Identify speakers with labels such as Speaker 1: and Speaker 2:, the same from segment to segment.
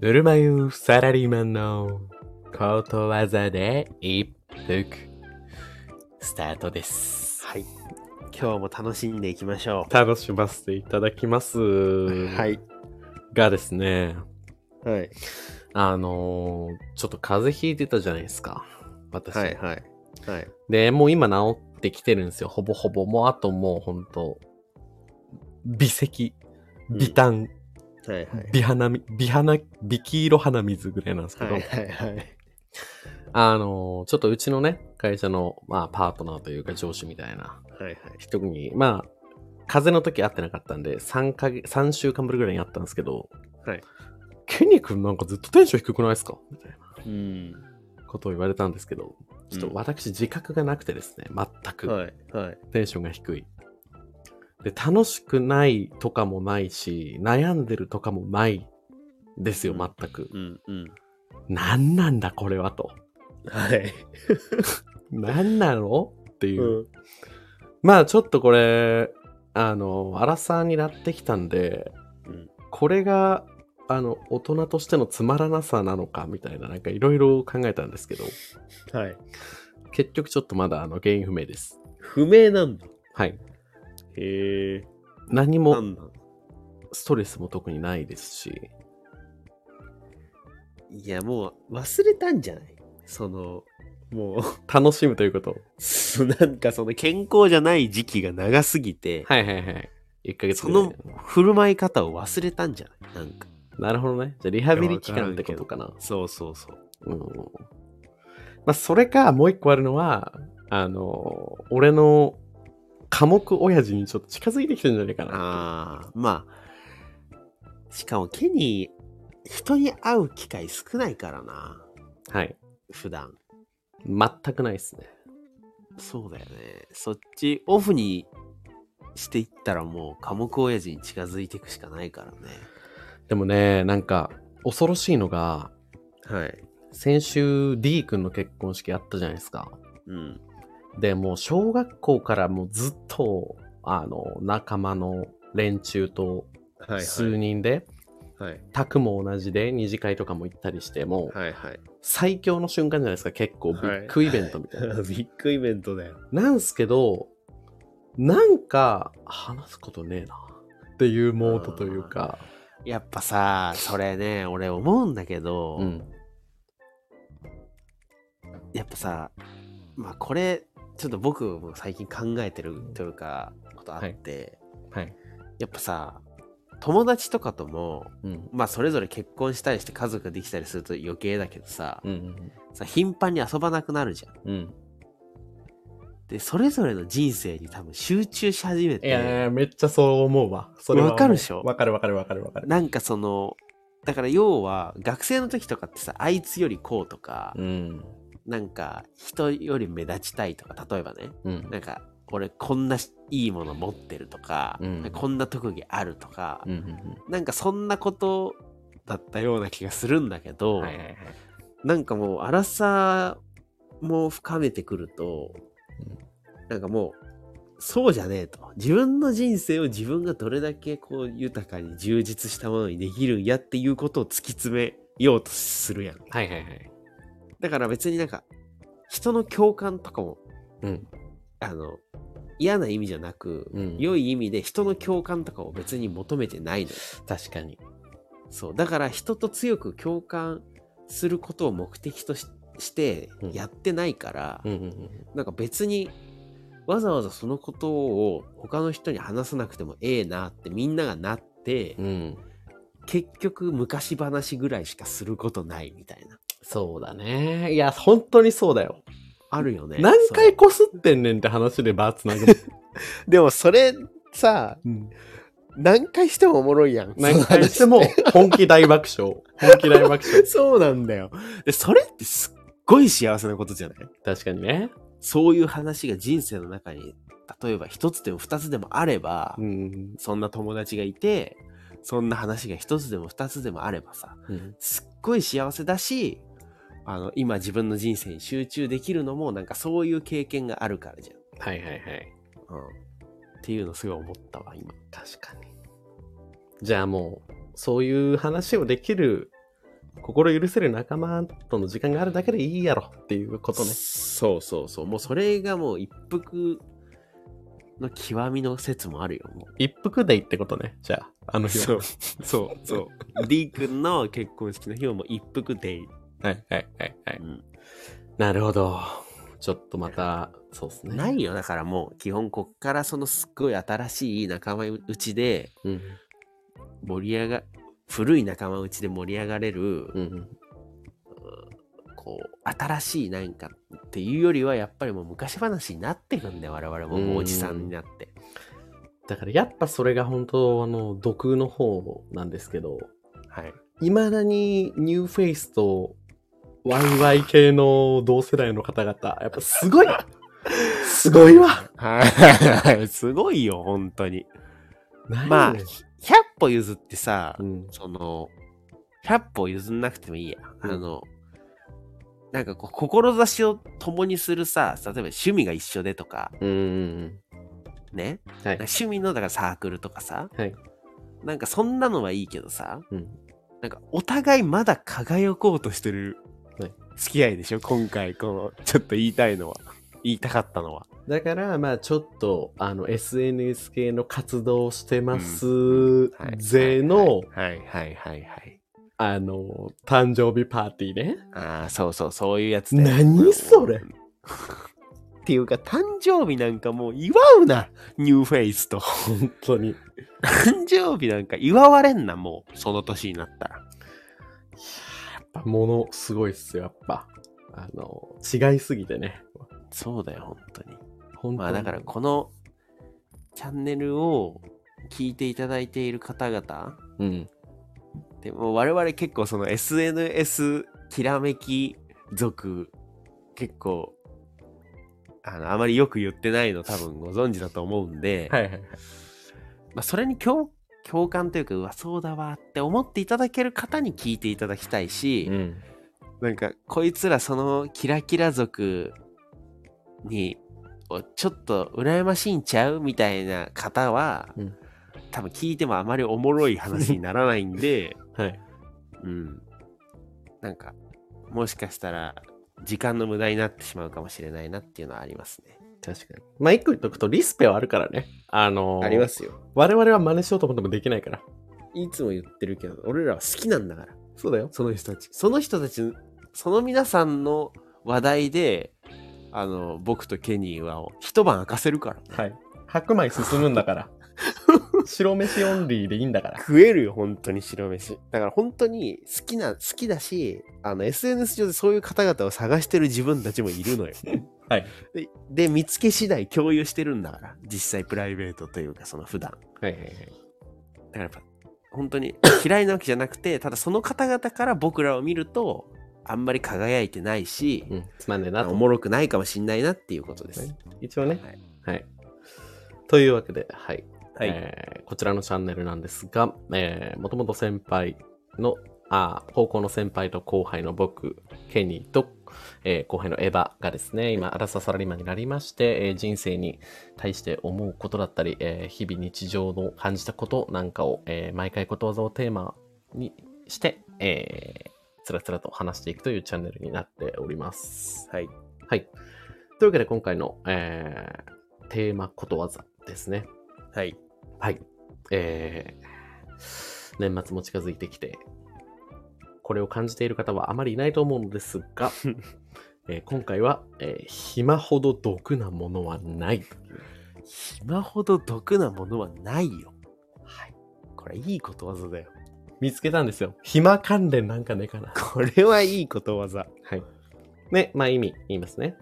Speaker 1: ぬるま湯サラリーマンのことわざで一服。スタートです。
Speaker 2: はい。今日も楽しんでいきましょ
Speaker 1: 楽しませていただきます。
Speaker 2: う。。
Speaker 1: はいがですね、
Speaker 2: はい。
Speaker 1: あのーちょっと風邪ひいてたじゃないですか。私。
Speaker 2: はい。はい。はい。
Speaker 1: で、もう今治ってきてるんですよ。ほぼほぼ。もうあともうほんと、鼻石、鼻痰、
Speaker 2: はい。
Speaker 1: 美鼻み、美鼻、美黄色鼻水ぐらいなんですけ
Speaker 2: はい。
Speaker 1: ど、
Speaker 2: はい。はい。はい。
Speaker 1: あのー、ちょっとうちのね、会社の、まあ、パートナーというか上司みたいな
Speaker 2: はい。
Speaker 1: 人に、まあ、風邪の時会ってなかったんで、3か月、3週間ぶりぐらいに会ったんですけど、
Speaker 2: はい。
Speaker 1: ケニー君なんかずっとテンション低くないですかみたい
Speaker 2: うん。
Speaker 1: なことを言われたんですけど、ちょっと私自覚がなくてですね、全く。
Speaker 2: はい。はい。
Speaker 1: テンションが低い。で、楽しくないとかもないし、悩んでるとかもないですよ、
Speaker 2: うん
Speaker 1: 全く。
Speaker 2: うん。うん。
Speaker 1: 何なんだ、これはと。
Speaker 2: はい。
Speaker 1: 何なのっていうう。
Speaker 2: ん。
Speaker 1: まあ、ちょっとこれ、あの、アラサーになってきたんで、
Speaker 2: うん
Speaker 1: これが、あの、大人としてのつまらなさなのか、みたいな、なんかいろいろ考えたんですけど、
Speaker 2: はい。
Speaker 1: 結局ちょっとまだ、あの、原因不明です。
Speaker 2: 不明なんだ。
Speaker 1: はい。
Speaker 2: へえ。
Speaker 1: 何
Speaker 2: な
Speaker 1: も、
Speaker 2: んだ。
Speaker 1: ストレスも特にないですし、
Speaker 2: いや、もう忘れたんじゃないその、もう
Speaker 1: 楽しむということ。
Speaker 2: そう、 なんかその健康じゃない時期が長すぎて、
Speaker 1: はいはいはい。1ヶ月
Speaker 2: そ
Speaker 1: ぐらい
Speaker 2: の振る舞い方を忘れたんじゃないなんか。
Speaker 1: なるほどね。じゃあリハビリ期間ってことかな。
Speaker 2: そうそうそう。
Speaker 1: うん。まあ、それか、もう一個あるのは、あの、俺の寡黙親父にちょっと近づいてきてるんじゃないかな。
Speaker 2: ああ、まあ。しかもケニー、人に会う機会少ないからな。
Speaker 1: はい。
Speaker 2: 普段。
Speaker 1: 全くないですね。
Speaker 2: そうだよね。そっちオフにしていったらもう寡黙親父に近づいていくしかないからね。
Speaker 1: でもね、なんか、恐ろしいのが、
Speaker 2: はい。
Speaker 1: 先週 D 君の結婚式あったじゃないですか。
Speaker 2: うん。
Speaker 1: で、もう小学校からもうずっと、あの、仲間の連中と
Speaker 2: は
Speaker 1: 数人で、
Speaker 2: はい。
Speaker 1: 卓も同じで二次会とかも行ったりしてもう
Speaker 2: はいはい。
Speaker 1: 最強の瞬間じゃないですか結構ビッグイベントみたいな、
Speaker 2: ビッグイベントだよ。
Speaker 1: なんすけどなんか話すことねえなっていうモードというか
Speaker 2: やっぱさ、それね、俺思うんだけど、
Speaker 1: うん
Speaker 2: やっぱさまあこれちょっと僕も最近考えてるというかことあって、
Speaker 1: はい
Speaker 2: やっぱさ友達とかとも
Speaker 1: うん
Speaker 2: まあそれぞれ結婚したりして家族ができたりすると余計だけどさ,、
Speaker 1: うん
Speaker 2: さ頻繁に遊ばなくなるじゃん。
Speaker 1: うん
Speaker 2: でそれぞれの人生に多分集中し始め
Speaker 1: いや
Speaker 2: て
Speaker 1: ーめっちゃそう思うわそれは思う
Speaker 2: わかるでしょ
Speaker 1: わかるわかるわかるわかる
Speaker 2: なんかそのだから要は学生の時とかってさあいつよりこうとか、
Speaker 1: うん
Speaker 2: なんか人より目立ちたいとか例えばね
Speaker 1: うん
Speaker 2: なんか俺こんなしいいもの持ってるとか、
Speaker 1: うん
Speaker 2: こんな特技あるとか
Speaker 1: う、んうん
Speaker 2: なんかそんなことだったような気がするんだけど、
Speaker 1: うんはいはいはい
Speaker 2: なんかもう荒さも深めてくると、
Speaker 1: うん
Speaker 2: なんかもうそうじゃねえと自分の人生を自分がどれだけこう豊かに充実したものにできるんやっていうことを突き詰めようとするやん
Speaker 1: はいはいはい
Speaker 2: だから別になんか人の共感とかも
Speaker 1: うん
Speaker 2: あの嫌な意味じゃなく、
Speaker 1: うん
Speaker 2: 良い意味で人の共感とかを別に求めてないのよ
Speaker 1: 確かに
Speaker 2: そうだから人と強く共感することを目的としして
Speaker 1: うん
Speaker 2: やってないから、
Speaker 1: うんうん
Speaker 2: なんか別にわざわざそのことを他の人に話さなくてもええなってみんながなって、
Speaker 1: うんうん
Speaker 2: 結局昔話ぐらいしかすることないみたいな
Speaker 1: そうだねいや本当にそうだよ
Speaker 2: あるよね
Speaker 1: 何回
Speaker 2: そ
Speaker 1: こすってんねんって話でバーつなぐもん
Speaker 2: うでもそれさ何回してもおもろいやん
Speaker 1: 何回しても本気大爆 笑。本気大爆笑。
Speaker 2: そうなんだよ。で、それってすっごい幸せなことじゃない
Speaker 1: 確かにね。
Speaker 2: そういう話が人生の中に、例えば一つでも二つでもあれば、
Speaker 1: うん。
Speaker 2: そんな友達がいて、そんな話が一つでも二つでもあればさ、
Speaker 1: うん
Speaker 2: すっごい幸せだし、あの、今自分の人生に集中できるのも、なんかそういう経験があるからじゃん。
Speaker 1: はいはいはい。
Speaker 2: うん。っていうのすごい思ったわ、今。
Speaker 1: 確かに。じゃあもう、そういう話をできる心許せる仲間との時間があるだけでいいやろっていうことね。
Speaker 2: そうそうそう。もうそれがもう一服の極みの説もあるよ。も
Speaker 1: 一服デイってことね。じゃあ、あの
Speaker 2: う
Speaker 1: 日は
Speaker 2: そうそう そう。D 君の結婚式の日はもう一服デイ。
Speaker 1: はいはいはいはい。
Speaker 2: うん
Speaker 1: なるほど。ちょっとまた、そうっすね。
Speaker 2: ないよ。だからもう基本こっからそのすっごい新しい仲間内で
Speaker 1: うん。
Speaker 2: 盛り上が、古い仲間内で盛り上がれる、
Speaker 1: うん。
Speaker 2: こう、新しいなんかっていうよりはやっぱりもう昔話になってくんだよ。我々ももうおじさんになって。
Speaker 1: だからやっぱそれが本当、あの、毒の方なんですけど、
Speaker 2: はい。
Speaker 1: いまだにニューフェイスとワイワイ系の同世代の方々、やっぱすごいすごいわ
Speaker 2: はい。 すごいよ、本当に。まあ
Speaker 1: ないね
Speaker 2: 100歩譲ってさ、
Speaker 1: うん。
Speaker 2: その、100歩譲んなくてもいいや。
Speaker 1: うん
Speaker 2: あの、なんかこう、志を共にするさ、例えば趣味が一緒でとか、
Speaker 1: うんうん
Speaker 2: ね。
Speaker 1: はい
Speaker 2: なんか趣味の、だからサークルとかさ、
Speaker 1: はい
Speaker 2: なんかそんなのはいいけどさ、
Speaker 1: うん。うん。
Speaker 2: なんかお互いまだ輝こうとしてる
Speaker 1: はい
Speaker 2: 付き合いでしょ、今回、この、ちょっと言いたいのは、言いたかったのは。
Speaker 1: だから、まあ、ちょっと、あの、SNS 系の活動をしてます、
Speaker 2: はい
Speaker 1: ぜの、
Speaker 2: はいはいはいはい。
Speaker 1: あの、誕生日パーティーね。
Speaker 2: ああ、そうそう、そういうやつだよ
Speaker 1: 何それ
Speaker 2: っていうか、誕生日なんかもう祝うな、ニューフェイスと。
Speaker 1: 本当に。
Speaker 2: 誕生日なんか祝われんな、もう、その年になったら。
Speaker 1: やっぱ、ものすごいっすよ、やっぱ。あの、違いすぎてね。
Speaker 2: そうだよ、本当に。
Speaker 1: 本当に。
Speaker 2: まあだから、このチャンネルを聞いていただいている方々、
Speaker 1: うん。
Speaker 2: でも我々結構その SNS きらめき族、結構、あの、あまりよく言ってないの多分ご存知だと思うんで、
Speaker 1: はいはいはい。
Speaker 2: まあ、それに共共感というかうわそうだわって思っていただける方に聞いていただきたいし、
Speaker 1: ん。
Speaker 2: なんかこいつらそのキラキラ族におちょっと羨ましいんちゃうみたいな方は、
Speaker 1: うん
Speaker 2: 多分聞いてもあまりおもろい話にならないん で、
Speaker 1: はい。
Speaker 2: うん、なんかもしかしたら時間の無駄になってしまうかもしれないなっていうのはありますね。
Speaker 1: 確かに。まあ、一個言っとくと、リスペはあるからね。あの、す。
Speaker 2: すよ。
Speaker 1: 我々は真似しようと思ってもできないから。
Speaker 2: いつも言ってるけど俺らは好きなんだから。
Speaker 1: そうだよ。
Speaker 2: その人たち。その人たち、その皆さんの話題で、あの、僕とケニーは一晩明かせるから。
Speaker 1: はい。白米進むんだ から。白飯オンリーでいいんだから。
Speaker 2: 食えるよ、本当に白飯。だから本当に好きな、好きだし、あの、SNS 上でそういう方々を探してる自分たちもいるのよ。
Speaker 1: はい
Speaker 2: で。で、見つけ次第共有してるんだから。実際プライベートというか、その普段。
Speaker 1: はいはいはい。
Speaker 2: だからやっぱ本当に 嫌いなわけじゃなくてただその方々から僕らを見るとあんまり輝いてないし、
Speaker 1: うん、つまんねえな
Speaker 2: まあ
Speaker 1: と
Speaker 2: お
Speaker 1: 思
Speaker 2: もろくないかもしんないなっていうことで
Speaker 1: う
Speaker 2: す
Speaker 1: ね。。一応ね。
Speaker 2: は
Speaker 1: は
Speaker 2: い
Speaker 1: い。というわけで、はい。
Speaker 2: はい
Speaker 1: えーこちらのチャンネルなんですが、えー、もともと先輩の、あー、高校の先輩と後輩の僕、ケニーと、えー後輩のエヴァがですね、今、アラサーサラリーマンになりまして、えー人生に対して思うことだったり、えー日々日常の感じたことなんかを、えー毎回ことわざをテーマにして、えーつらつらと話していくというチャンネルになっております。
Speaker 2: はい。
Speaker 1: はい。というわけで今回の、えーテーマことわざですね。
Speaker 2: はい。
Speaker 1: はい。えー年末も近づいてきて、これを感じている方はあまりいないと思うのですが、えー今回は、えー暇ほど毒なものはない。
Speaker 2: 暇ほど毒なものはないよ。はい。これいいことわざだよ。
Speaker 1: 見つけたんですよ。暇関連なんかねえかな。
Speaker 2: これはいいことわざ。
Speaker 1: はい。ね、まあ意味言いますね。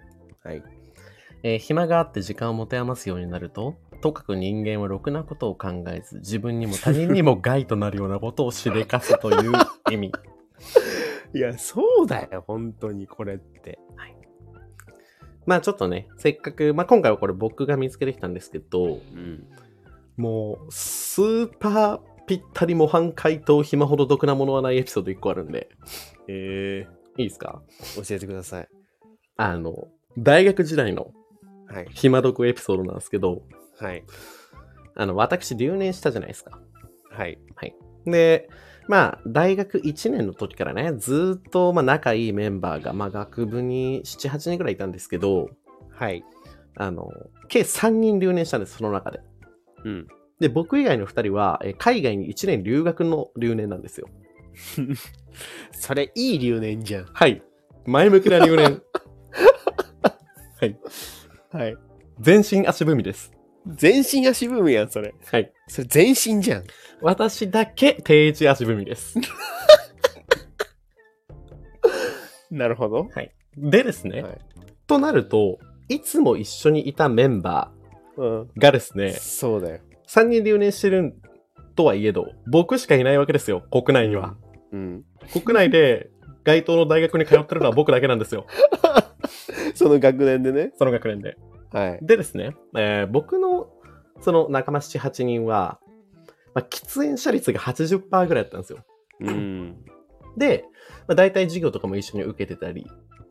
Speaker 2: はい。
Speaker 1: えー暇があって時間を持て余すようになると、とかく人間はろくなことを考えず、自分にも他人にも害となるようなことをしでかすという意味。
Speaker 2: いや、そうだよ、本当にこれって。
Speaker 1: まあちょっとね、せっかく、まあ今回はこれ僕が見つけてきたんですけど、
Speaker 2: うん。
Speaker 1: もう、スーパーぴったり模範解答暇ほど毒なものはないエピソード1個あるんで、
Speaker 2: え
Speaker 1: いいですか
Speaker 2: ー、教えてください。
Speaker 1: あの、大学時代の
Speaker 2: はい。
Speaker 1: 暇毒エピソードなんですけど、
Speaker 2: はい。
Speaker 1: あの、私留年したじゃないですか。
Speaker 2: はい。
Speaker 1: で、まあ、大学1年の時からね、ずーっと、まあ、仲いいメンバーが、まあ、学部に7、8人くらいいたんですけど、
Speaker 2: はい。
Speaker 1: あの、計3人留年したんです、その中で。
Speaker 2: うん。
Speaker 1: で、僕以外の2人は、えー海外に1年留学の留年なんですよ。
Speaker 2: それ、いい留年じゃん。
Speaker 1: はい。前向きな留年。
Speaker 2: はい。
Speaker 1: 全身足踏みです。
Speaker 2: 全身足踏みやん、それ。
Speaker 1: はい。
Speaker 2: それ、全身じゃん。
Speaker 1: 私だけ定位置足踏み です。
Speaker 2: なるほど。
Speaker 1: でですね、
Speaker 2: はい
Speaker 1: となると、いつも一緒にいたメンバ
Speaker 2: うん。
Speaker 1: ーがですね、
Speaker 2: そうだよ。
Speaker 1: 3人留年してるとはいえど、僕しかいないわけですよ、国内には。
Speaker 2: うん。
Speaker 1: 国内で該当の大学に通ってるのは僕だけなんですよ、
Speaker 2: その学年でね。
Speaker 1: その学年で。
Speaker 2: はい。
Speaker 1: でですね、えー僕のその仲間7、8人は、まあ、喫煙者率が80%ぐらいだったんですよ。
Speaker 2: うん。
Speaker 1: で、まあ、大体授業とかも一緒に受けてたり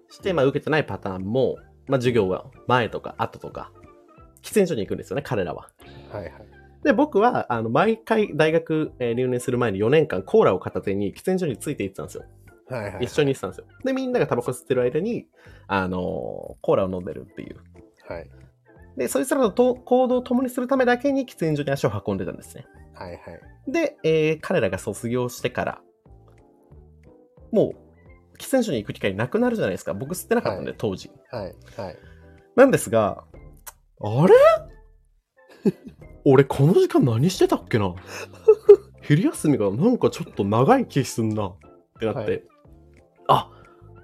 Speaker 1: して、まあ、受けてないパターンも、まあ、授業が前とか後とか、喫煙所に行くんですよね、彼らは。
Speaker 2: はいはい。
Speaker 1: で、僕は、あの、毎回大学、えー留年する前に4年間コーラを片手に喫煙所について行ってたんですよ。
Speaker 2: はいはい。
Speaker 1: 一緒に行ってたんですよ。で、みんながタバコ吸ってる間に、あのーコーラを飲んでるっていう。
Speaker 2: はい。
Speaker 1: で、そいつらのと行動を共にするためだけに喫煙所に足を運んでたんですね。
Speaker 2: はいはい。
Speaker 1: で、えー彼らが卒業してから、もう、喫煙所に行く機会なくなるじゃないですか。僕吸ってなかったんで、
Speaker 2: は
Speaker 1: 当時。
Speaker 2: はいはい。
Speaker 1: なんですが、あれ 俺この時間何してたっけな 昼休みがなんかちょっと長い気すんなってなって、
Speaker 2: はい
Speaker 1: あ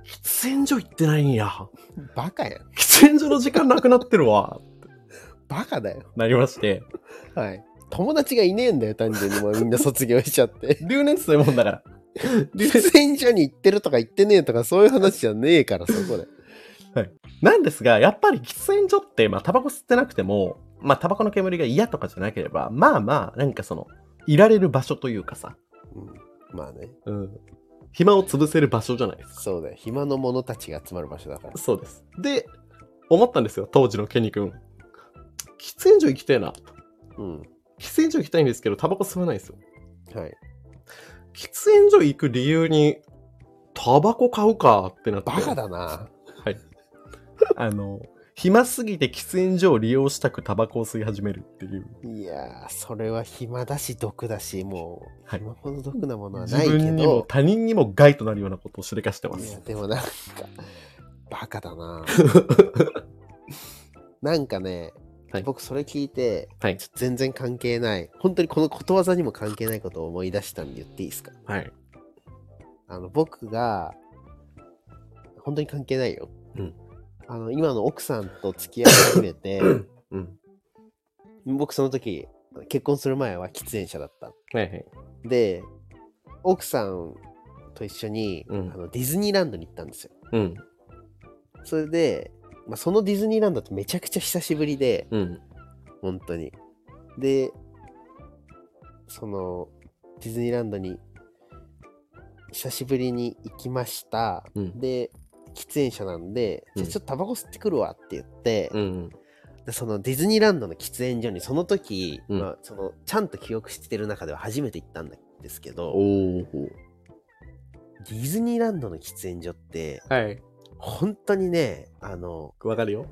Speaker 1: 喫煙所行ってないんや。
Speaker 2: バカやん。
Speaker 1: 喫煙所の時間なくなってるわ。
Speaker 2: バカだよ。
Speaker 1: なりまして、
Speaker 2: はい。友達がいねえんだよ、単純に。もうみんな卒業しちゃって。
Speaker 1: 留年ってそういうもんだから。留年
Speaker 2: 喫煙所に行ってるとか行ってねえとかそういう話じゃねえからそこで。
Speaker 1: なんですが、やっぱり喫煙所って、まあ、タバコ吸ってなくても、まあ、タバコの煙が嫌とかじゃなければ、まあまあ、なんかその、いられる場所というかさ、
Speaker 2: うん、まあね、
Speaker 1: うん。暇を潰せる場所じゃないですか。
Speaker 2: そうだよ。暇の者たちが集まる場所だから。
Speaker 1: そうです。で、思ったんですよ、当時のケニ君。喫煙所行きたいな。
Speaker 2: うん。
Speaker 1: 喫煙所行きたいんですけど、タバコ吸わないんですよ。
Speaker 2: はい。
Speaker 1: 喫煙所行く理由に、タバコ買うかってなって。
Speaker 2: バカだな。
Speaker 1: あの、暇すぎて喫煙所を利用したくタバコを吸い始めるっていう。
Speaker 2: いやー、それは暇だし、毒だし、もう、
Speaker 1: はい
Speaker 2: 暇ほど毒なものは
Speaker 1: 自
Speaker 2: ないけ
Speaker 1: 分にも
Speaker 2: ど、
Speaker 1: 他人にも害となるようなことをしでかしてま
Speaker 2: いや
Speaker 1: す。、
Speaker 2: でもなんか、バカ だな。なんかね、
Speaker 1: はい
Speaker 2: 僕それ聞いて、
Speaker 1: はい
Speaker 2: ちょっと全然関係ない、本当にこのことわざにも関係ないことを思い出したんで言っていいですか
Speaker 1: はい。
Speaker 2: あの、僕が、本当に関係ないよ。
Speaker 1: うん
Speaker 2: あの、今の奥さんと付き合い始 めて、
Speaker 1: うん。
Speaker 2: 僕その時、結婚する前は喫煙者だった。
Speaker 1: はいはい。
Speaker 2: で、奥さんと一緒に、
Speaker 1: うん
Speaker 2: あのディズニーランドに行ったんですよ。
Speaker 1: うん。
Speaker 2: それで、まあ、そのディズニーランドってめちゃくちゃ久しぶりで、
Speaker 1: うん。
Speaker 2: 本当に。で、その、ディズニーランドに、久しぶりに行きました。
Speaker 1: うん
Speaker 2: で、喫煙者なんで、
Speaker 1: うん
Speaker 2: じゃあちょっとタバコ吸ってくるわって言って、
Speaker 1: うん。
Speaker 2: でそのディズニーランドの喫煙所に、その時、
Speaker 1: うん
Speaker 2: まあ、その、ちゃんと記憶してる中では初めて行ったんですけど、
Speaker 1: おお。
Speaker 2: ディズニーランドの喫煙所って、
Speaker 1: はい。
Speaker 2: 本当にね、あの、
Speaker 1: わかるよ。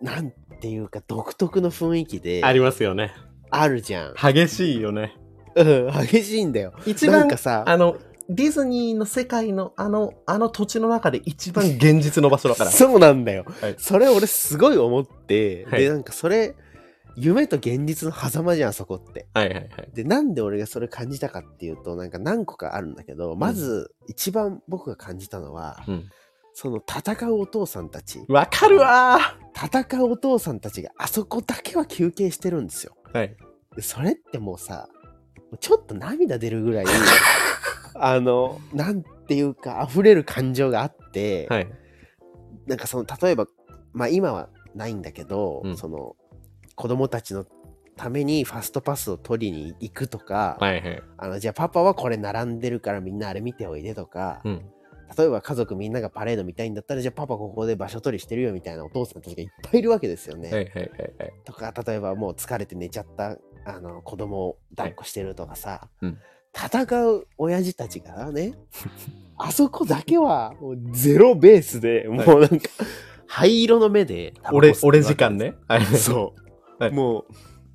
Speaker 2: なんていうか独特の雰囲気で
Speaker 1: ありますよね。
Speaker 2: あるじゃん。
Speaker 1: 激しいよね。
Speaker 2: うん、激しいんだよ。
Speaker 1: 一
Speaker 2: なん
Speaker 1: 番
Speaker 2: か、さ、
Speaker 1: あの、ディズニーの世界のあの、あの土地の中で一番現実の場所だから。
Speaker 2: そうなんだよ。
Speaker 1: はい
Speaker 2: それ俺すごい思って、
Speaker 1: はい
Speaker 2: で、なんかそれ、夢と現実の狭間じゃん、そこって。
Speaker 1: はいはいはい。
Speaker 2: で、なんで俺がそれ感じたかっていうと、なんか何個かあるんだけど、まず一番僕が感じたのは、
Speaker 1: うん。
Speaker 2: その戦うお父さんたち、
Speaker 1: わかるわ
Speaker 2: 戦うお父さんたちがあそこだけは休憩してるんですよ。
Speaker 1: ーはい。
Speaker 2: でそれってもうさちょっと涙出るぐ らいあのなんていうか溢れる感情があって、
Speaker 1: はい。
Speaker 2: なんかその例えばまあ今はないんだけど、
Speaker 1: うん
Speaker 2: その子供たちのためにファストパスを取りに行くとか、
Speaker 1: はいはい。
Speaker 2: あのじゃあパパはこれ並んでるからみんなあれ見ておいでとか、
Speaker 1: うん。
Speaker 2: 例えば家族みんながパレード見たいんだったらじゃあパパここで場所取りしてるよみたいなお父さんたちがいっぱいいるわけですよね。
Speaker 1: はいはいはいはい。
Speaker 2: とか例えばもう疲れて寝ちゃったあの子供を抱っこしてるとかさ、
Speaker 1: うん
Speaker 2: 戦う親父たちがね、あそこだけはもうゼロベースで、もうなんか、灰色の目で、
Speaker 3: 俺、俺時間。ね。はい
Speaker 2: そう。
Speaker 3: はい
Speaker 2: も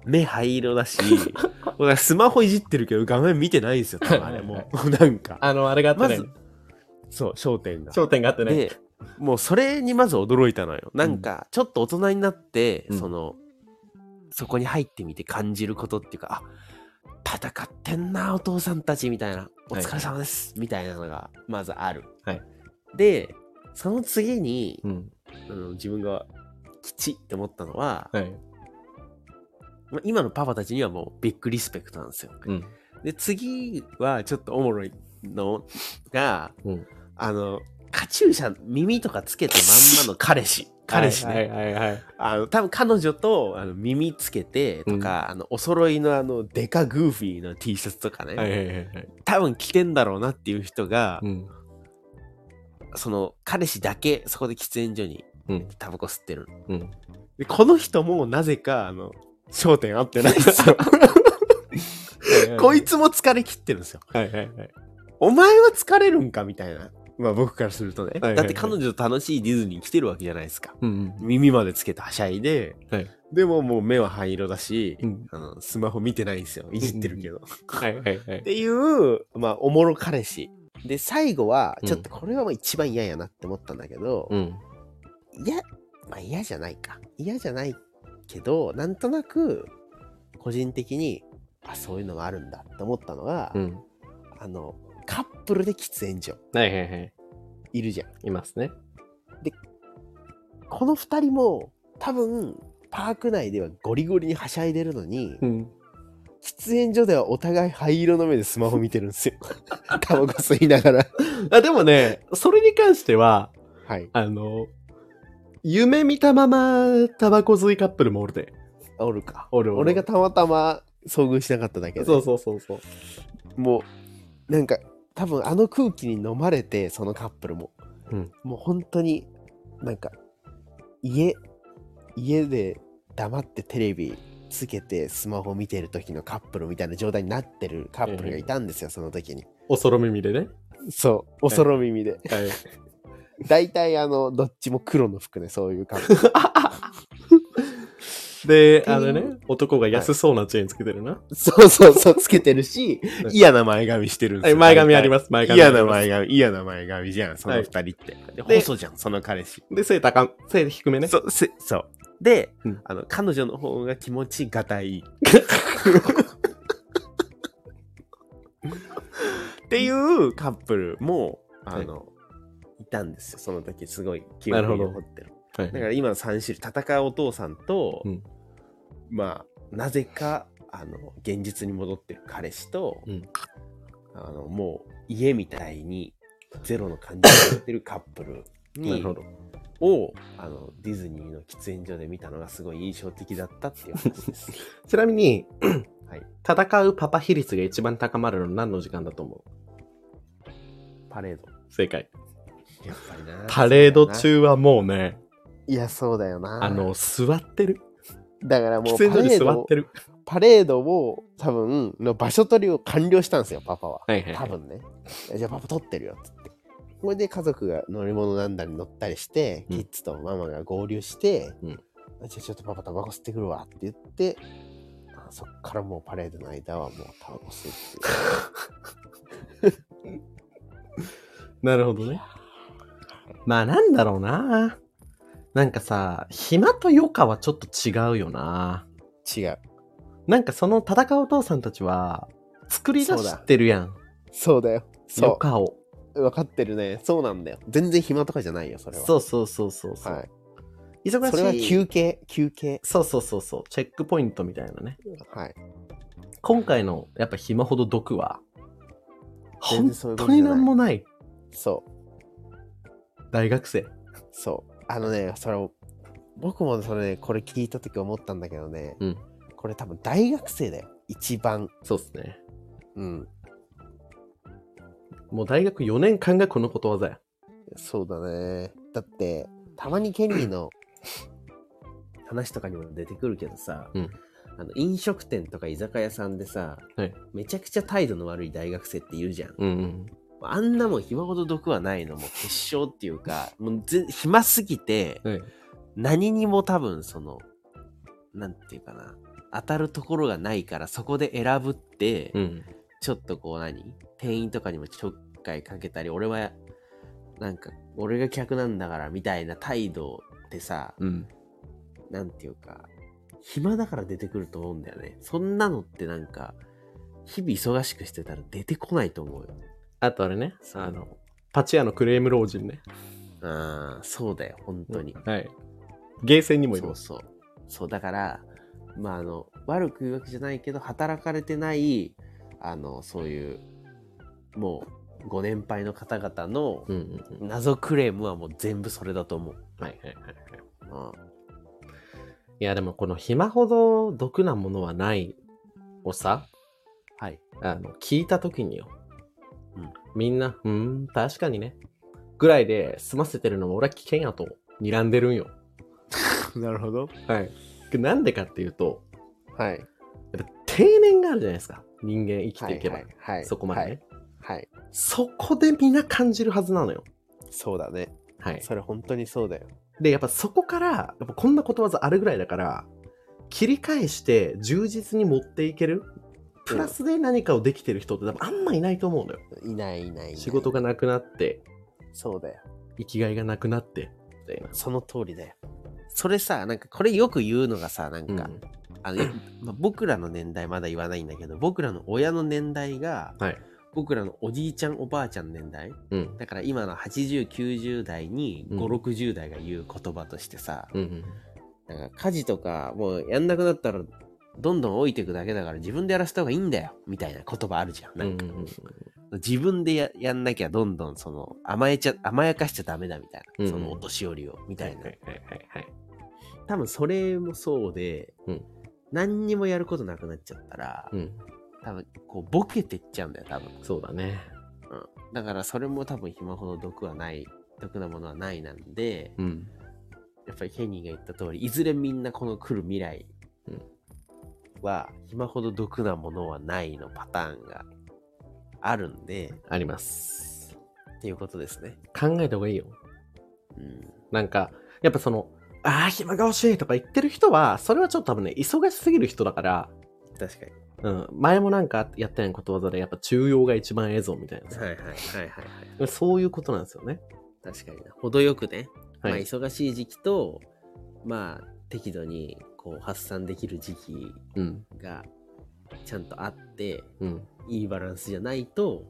Speaker 2: う、目灰色だ し、もうなんかスマホいじってるけど画面見てないんですよ、多分あれも。もうなんか。
Speaker 3: あの、あれがあって
Speaker 2: ま
Speaker 3: ね
Speaker 2: ず、、そう、焦点が。
Speaker 3: 焦点があってね。
Speaker 2: で、もうそれにまず驚いたのよ。なんか、ちょっと大人になって、
Speaker 3: うん
Speaker 2: その、そこに入ってみて感じることっていうか、あ、戦ってんな、お父さんたちみたいな、お疲れ様です、みたいなのが、まずある。
Speaker 3: はい
Speaker 2: で、その次に、
Speaker 3: うん。
Speaker 2: あの自分が、きちって思ったのは、
Speaker 3: はい。
Speaker 2: まあ今のパパたちにはもうビッグリスペクトなんですよ。
Speaker 3: うん。
Speaker 2: で次はちょっとおもろいのが、
Speaker 1: うん
Speaker 2: あのカチューシャ耳とかつけたまんまの彼氏彼氏ね、
Speaker 1: はいはいはいはい。
Speaker 2: あの多分彼女とあの耳つけてとか、あのお揃いのあのデカグーフィーの T シャツとかね、
Speaker 1: はいはいはいはい。
Speaker 2: 多分着てんだろうなっていう人が、
Speaker 1: うん。
Speaker 2: その彼氏だけそこで喫煙所に
Speaker 1: うん
Speaker 2: タバコ吸ってるの、
Speaker 1: うん
Speaker 2: でこの人もなぜかあの焦点合ってないん ですよ こいつも疲れ切ってるんですよ
Speaker 1: はいはいはい。
Speaker 2: お前は疲れるんかみたいな。まあ僕からするとね。
Speaker 1: はいはいはい
Speaker 2: だって彼女と楽しいディズニーに来てるわけじゃないですか。
Speaker 1: うん
Speaker 2: 耳までつけたはしゃいで、
Speaker 1: はい
Speaker 2: でももう目は灰色だし、
Speaker 1: うん。
Speaker 2: あのスマホ見てないんですよ。いじってるけど。っ
Speaker 1: はいはいはい。
Speaker 2: ていう、まあおもろ彼氏。で、最後は、ちょっとこれはもう一番嫌やなって思ったんだけど、
Speaker 1: うん。
Speaker 2: 嫌、まあ嫌じゃないか。嫌じゃないけど、なんとなく、個人的に、あ、そういうのがあるんだって思ったのが、
Speaker 1: うん。
Speaker 2: あの、カップルで喫煙所
Speaker 1: はいはいはい。
Speaker 2: いるじゃん。
Speaker 1: いますね。
Speaker 2: この2人も多分パーク内ではゴリゴリにはしゃいでるのに、
Speaker 1: ん。
Speaker 2: 喫煙所ではお互い灰色の目でスマホ見てるんです よ。タバコ吸いながら。
Speaker 1: あ、でもね、それに関しては、
Speaker 2: はい。
Speaker 1: あの、夢見たままタバコ吸いカップルもおるで。
Speaker 2: おるか。
Speaker 1: おるおる
Speaker 2: 俺がたまたま遭遇しなかっただけで。
Speaker 1: そうそうそうそう。
Speaker 2: もう、なんか、多分あの空気に飲まれて、そのカップルも。
Speaker 1: うん
Speaker 2: もう本当に、なんか、家、家で黙ってテレビつけてスマホ見てる時のカップルみたいな状態になってるカップルがいたんですよ、その時に。
Speaker 1: おそろ耳でね。
Speaker 2: そう、おそろ耳で。
Speaker 1: はい。
Speaker 2: 大体、あの、どっちも黒の服ね、そういうカップル。
Speaker 1: で、あのね、男が安そうなチェーンつけてるな。
Speaker 2: そうそうそう、つけてるし、嫌な前髪してるんです
Speaker 1: はい、
Speaker 2: よ。
Speaker 1: 前髪あります、前
Speaker 2: 大体。
Speaker 1: 髪あ
Speaker 2: 嫌
Speaker 1: り
Speaker 2: な
Speaker 1: ます。
Speaker 2: 前髪、嫌な前髪じゃん、その
Speaker 1: は
Speaker 2: 二
Speaker 1: い
Speaker 2: 人って。で
Speaker 1: で
Speaker 2: 細じゃん、その彼氏。
Speaker 1: で、背高ん、背低めね。
Speaker 2: そう、せそう。で、
Speaker 1: うん
Speaker 2: あの、彼女の方が気持ちがた い。っていうカップルも、あの、いたんですよ。その時、すごい記憶に残ってる。
Speaker 1: はい
Speaker 2: だから今の3種類、戦うお父さんと、
Speaker 1: うん
Speaker 2: まあ、なぜか、あの、現実に戻ってる彼氏と、
Speaker 1: うん
Speaker 2: あの、もう、家みたいに、ゼロの感じになってるカップル
Speaker 1: なる
Speaker 2: に
Speaker 1: ほ、ど。
Speaker 2: をあのディズニーの喫煙所で見たのがすごい印象的だったっていう話で す。
Speaker 1: ちなみに、
Speaker 2: はい、
Speaker 1: 戦うパパ比率が一番高まるの何の時間だと思う
Speaker 2: パレード。
Speaker 1: 正解。
Speaker 2: やっぱりな。
Speaker 1: パレード。中はもうね、
Speaker 2: いや、そうだよな。
Speaker 1: あの、座ってる。
Speaker 2: だからも
Speaker 1: 喫
Speaker 2: うパレ
Speaker 1: 煙所に
Speaker 2: ー
Speaker 1: 座
Speaker 2: ド
Speaker 1: っ
Speaker 2: を
Speaker 1: て、る。
Speaker 2: パレードを多分の場所取りを完了したんですよ、パパは。
Speaker 1: はいはいは
Speaker 2: 多
Speaker 1: い。
Speaker 2: 分ね。じゃあパパ取ってるよっつって。これで家族が乗り物なんだに乗ったりして、
Speaker 1: うん
Speaker 2: キッズとママが合流して、
Speaker 1: うん
Speaker 2: じゃあちょっとパパタバコ吸ってくるわって言って、あそっからもうパレードの間はもうタバコ吸うっていう。
Speaker 1: なるほどね。まあなんだろうな。なんかさ、暇と余暇はちょっと違うよな。
Speaker 2: 違う。
Speaker 1: なんかその戦うお父さんたちは、作り出してるやん。
Speaker 2: そうだよ。
Speaker 1: 余
Speaker 2: そ
Speaker 1: 暇を。
Speaker 2: う。分かってるね。そうなんだよ。全然暇とかじゃないよ、それは。
Speaker 1: そうそうそうそうそう。
Speaker 2: はい。
Speaker 1: 忙しい。
Speaker 2: それは休憩、休憩。
Speaker 1: そうそうそうそう。チェックポイントみたいなね。
Speaker 2: はい。
Speaker 1: 今回のやっぱ暇ほど毒は、
Speaker 2: 全
Speaker 1: 本
Speaker 2: 然そういうこ
Speaker 1: 当
Speaker 2: とじ
Speaker 1: に
Speaker 2: ゃない
Speaker 1: なんもない
Speaker 2: そう。
Speaker 1: 大学生。
Speaker 2: そう。あのね、それ、僕もそれね、これ聞いた時思ったんだけどね、
Speaker 1: うん
Speaker 2: これ多分大学生だよ。一番。
Speaker 1: そうっすね。
Speaker 2: うん。
Speaker 1: もう大学4年間がこのことわざや。
Speaker 2: そうだね。だって、 たまにケニーの話とかにも出てくるけどさ、
Speaker 1: うん
Speaker 2: あの飲食店とか居酒屋さんでさ、
Speaker 1: はい
Speaker 2: めちゃくちゃ態度の悪い大学生っているじゃん。
Speaker 1: うんうん。
Speaker 2: あんなもん暇ほど毒はないのもう結晶っていうか、もうぜ暇すぎて、
Speaker 1: はい
Speaker 2: 何にも多分その、なんていうかな、当たるところがないからそこで選ぶって、
Speaker 1: うん。
Speaker 2: ちょっとこう何店員とかにもちょっかいかけたり、俺は、なんか、俺が客なんだからみたいな態度ってさ、
Speaker 1: うん。
Speaker 2: なんていうか、暇だから出てくると思うんだよね。そんなのってなんか、日々忙しくしてたら出てこないと思うよ。
Speaker 1: あとあれね、あの、パチ屋のクレーム老人ね。
Speaker 2: ああ、そうだよ、本当に。
Speaker 1: はい。ゲーセンにもい
Speaker 2: そ
Speaker 1: ま
Speaker 2: う
Speaker 1: す。
Speaker 2: そう。そう、だから、まあ、あの、悪く言うわけじゃないけど、働かれてない、あの、そういう、もう、ご年配の方々の
Speaker 1: うんうんうん。
Speaker 2: 謎クレームはもう全部それだと思う。
Speaker 1: はいはいはいはい。
Speaker 2: うん
Speaker 1: いや、でもこの暇ほど毒なものはないをさ、
Speaker 2: はい。
Speaker 1: あの、聞いた時によ。
Speaker 2: うん
Speaker 1: みんな、うーん、確かにね。ぐらいで済ませてるのも俺は危険やと睨んでるんよ。
Speaker 4: なるほど。
Speaker 1: はい。なんでかっていうと、
Speaker 4: はい。
Speaker 1: やっぱ定年があるじゃないですか。人間生きていけば。
Speaker 4: はいはいはい
Speaker 1: そこまでね、
Speaker 4: はい。はい。
Speaker 1: そこで皆感じるはずなのよ。
Speaker 4: そうだね。
Speaker 1: はい。
Speaker 4: それ本当にそうだよ。
Speaker 1: で、やっぱそこから、やっぱこんなことわざあるぐらいだから、切り返して充実に持っていける。プラスで何かをできてる人って多分あんまいないと思うのよ。
Speaker 4: いないいないいない
Speaker 1: 仕事がなくなって、
Speaker 4: そうだよ。
Speaker 1: 生きがいがなくなって、みたいな。
Speaker 4: その通りだよ。
Speaker 2: それさ、なんかこれよく言うのがさ、なんか、
Speaker 1: うん
Speaker 2: あの、まあ僕らの年代まだ言わないんだけど、僕らの親の年代が、
Speaker 1: はい。
Speaker 2: 僕らのおじいちゃんおばあちゃんの年代、
Speaker 1: うん。
Speaker 2: だから今の80、90代に5、
Speaker 1: うん
Speaker 2: 60代が言う言葉としてさ、
Speaker 1: うんうん。
Speaker 2: なんか家事とかもうやんなくなったらどんどん置いていくだけだから自分でやらせた方がいいんだよみたいな言葉あるじゃん。なんか
Speaker 1: うんうん
Speaker 2: 自分でややんなきゃどんどんその甘えちゃ甘やかしちゃダメだみたい
Speaker 1: うん
Speaker 2: な
Speaker 1: うん
Speaker 2: そのお年寄りをみたいな、
Speaker 1: はいはいはいはい。
Speaker 2: 多分それもそうで、
Speaker 1: うん
Speaker 2: 何にもやることなくなっちゃったら
Speaker 1: うん。
Speaker 2: 多分こうボケてっちゃうんだよ多分
Speaker 1: そうだね。
Speaker 2: だからそれも多分暇ほど毒はない毒なものはないなんで、
Speaker 1: うん。
Speaker 2: やっぱりケニーが言った通りいずれみんなこの来る未来
Speaker 1: うん
Speaker 2: は暇ほど毒なものはないのパターンがあるんで
Speaker 1: あります。
Speaker 2: っていうことですね。
Speaker 1: 考えた方がいいよ。
Speaker 2: うん、
Speaker 1: なんか、やっぱその、ああ、暇が欲しいとか言ってる人は、それはちょっと多分ね、忙しすぎる人だから、
Speaker 2: 確かに。
Speaker 1: うん、前もなんかやったようなことわざで、やっぱ中央が一番ええぞみたいなさ
Speaker 2: はいはいはいはいはい。
Speaker 1: そういうことなんですよね。
Speaker 2: 確かにな。程よくね、
Speaker 1: は
Speaker 2: まあ、
Speaker 1: い。
Speaker 2: 忙しい時期とまあ適度にこう発散できる時期
Speaker 1: うん。
Speaker 2: がちゃんとあって
Speaker 1: うん。
Speaker 2: いいバランスじゃないと、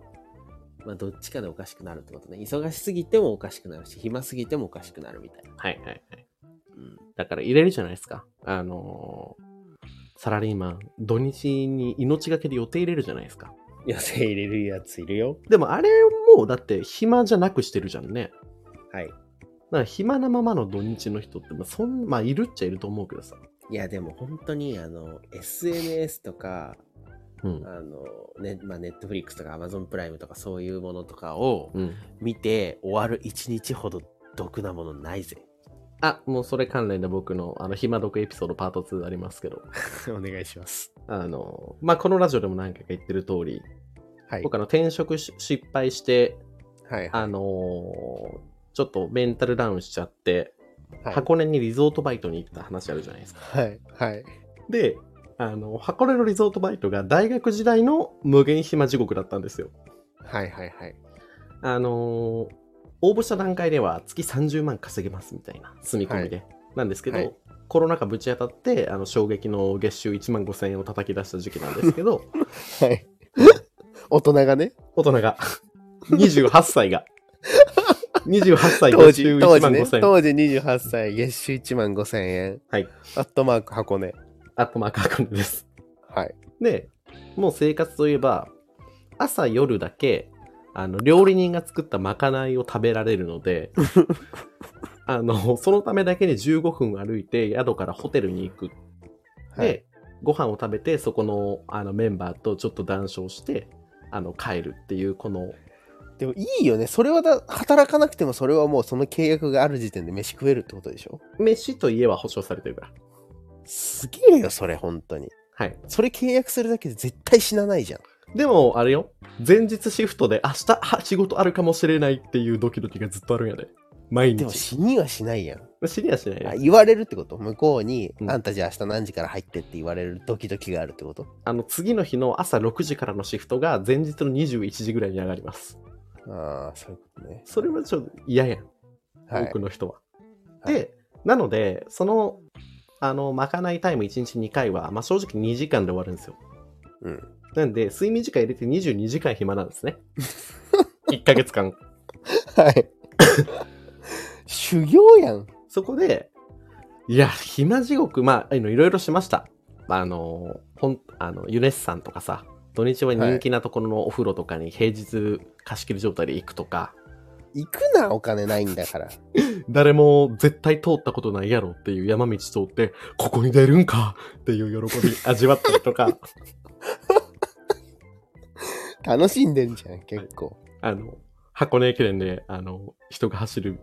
Speaker 2: まあ、どっちかでおかしくなるってことね忙しすぎてもおかしくなるし暇すぎてもおかしくなるみたいな、
Speaker 1: はいはいはい。
Speaker 2: うん、
Speaker 1: だから入れるじゃないですか。あのーサラリーマン、土日に命がけで予定入れるじゃないですか。
Speaker 2: 寄せ入れるやついるよ。
Speaker 1: でもあれもうだって暇じゃなくしてるじゃんね。
Speaker 2: はい。
Speaker 1: だから暇なままの土日の人って、まあ、そんまあいるっちゃいると思うけどさ。
Speaker 2: いや、でも本当に、あの、SNS とか、
Speaker 1: うん。
Speaker 2: あの、ね、まあ、ネットフリックスとか Amazon プライムとかそういうものとかを
Speaker 1: うん。
Speaker 2: 見て終わる一日ほど毒なものないぜ。
Speaker 1: あ、もうそれ関連で僕のあの暇毒エピソードパート2ありますけど、
Speaker 4: お願いします。
Speaker 1: あのーまあこのラジオでも何回か言ってる通り、
Speaker 4: はい。
Speaker 1: 僕あの転職し失敗して、
Speaker 4: はい。
Speaker 1: あのーちょっとメンタルダウンしちゃって、
Speaker 4: はい
Speaker 1: 箱根にリゾートバイトに行った話あるじゃないですか。
Speaker 4: はい。はい。
Speaker 1: で、あの、箱根のリゾートバイトが大学時代の無限暇地獄だったんですよ。
Speaker 4: はい。はい。はい。
Speaker 1: あのー応募した段階では月30万稼げますみたいな、住み込みで。なんですけど、
Speaker 4: はい
Speaker 1: コロナ禍ぶち当たって、あの、衝撃の月収1万5000円を叩き出した時期なんですけど、
Speaker 4: はい。大人がね、
Speaker 1: 大人が、28歳 が、28歳
Speaker 4: 当
Speaker 1: 月
Speaker 4: 時
Speaker 1: 収、
Speaker 4: 当
Speaker 1: 1
Speaker 4: 時
Speaker 1: 万
Speaker 4: ね、
Speaker 1: 5000円。
Speaker 4: 当時28歳、月収1万5千円。
Speaker 1: はい。
Speaker 4: アットマーク箱根。
Speaker 1: あとまあ、箱根です。
Speaker 4: はい。
Speaker 1: で、もう生活といえば、朝夜だけ、あの、料理人が作ったまかないを食べられるの で、あの、そのためだけに15分歩いて宿からホテルに行く。で、
Speaker 4: はい。
Speaker 1: ご飯を食べて、そこのあのメンバーとちょっと談笑して、あの、帰るっていう、この、
Speaker 4: でもいいよね。それはだ、働かなくてもそれはもうその契約がある時点で飯食えるってことでしょ
Speaker 1: 飯と家は保証されてるから。
Speaker 4: すげえよ、それ、本当に。
Speaker 1: はい。
Speaker 2: それ契約するだけで絶対死なないじゃん。
Speaker 1: でも、あれよ。前日シフトで明日 は仕事あるかもしれないっていうドキドキがずっとあるんやで。毎
Speaker 2: でも
Speaker 1: 日。
Speaker 2: 死にはしないやん。
Speaker 1: 死にはしないよ
Speaker 2: あ言われるってこと向こうに、
Speaker 1: うん
Speaker 2: あんたじゃあ明日何時から入ってって言われるドキドキがあるってこと
Speaker 1: あの、次の日の朝6時からのシフトが前日の21時ぐらいに上がります。
Speaker 2: ああ、そういうことね。
Speaker 1: それはちょっと嫌やん。
Speaker 2: は
Speaker 1: 多
Speaker 2: い
Speaker 1: く。の人は。
Speaker 2: はい
Speaker 1: で、なので、その、あの、まかないタイム1日2回は、まあ、正直2時間で終わるんですよ。
Speaker 2: うん。
Speaker 1: なんで、睡眠時間入れて22時間暇なんですね。1ヶ月間。
Speaker 2: はい。 修行やん。
Speaker 1: そこで、いや、暇地獄、まあ、あのいろいろしました。あの、ほん、あの、ユネッサンとかさ、土日は人気なところのお風呂とかに平日貸し切り状態で行くとか、
Speaker 2: 行くな、お金ないんだから。
Speaker 1: 誰も絶対通ったことないやろっていう山道通って、ここに出るんかっていう喜び味わったりとか、
Speaker 2: 楽しんでんじゃん、結構。
Speaker 1: あの、箱根駅伝で、あの、人が走る、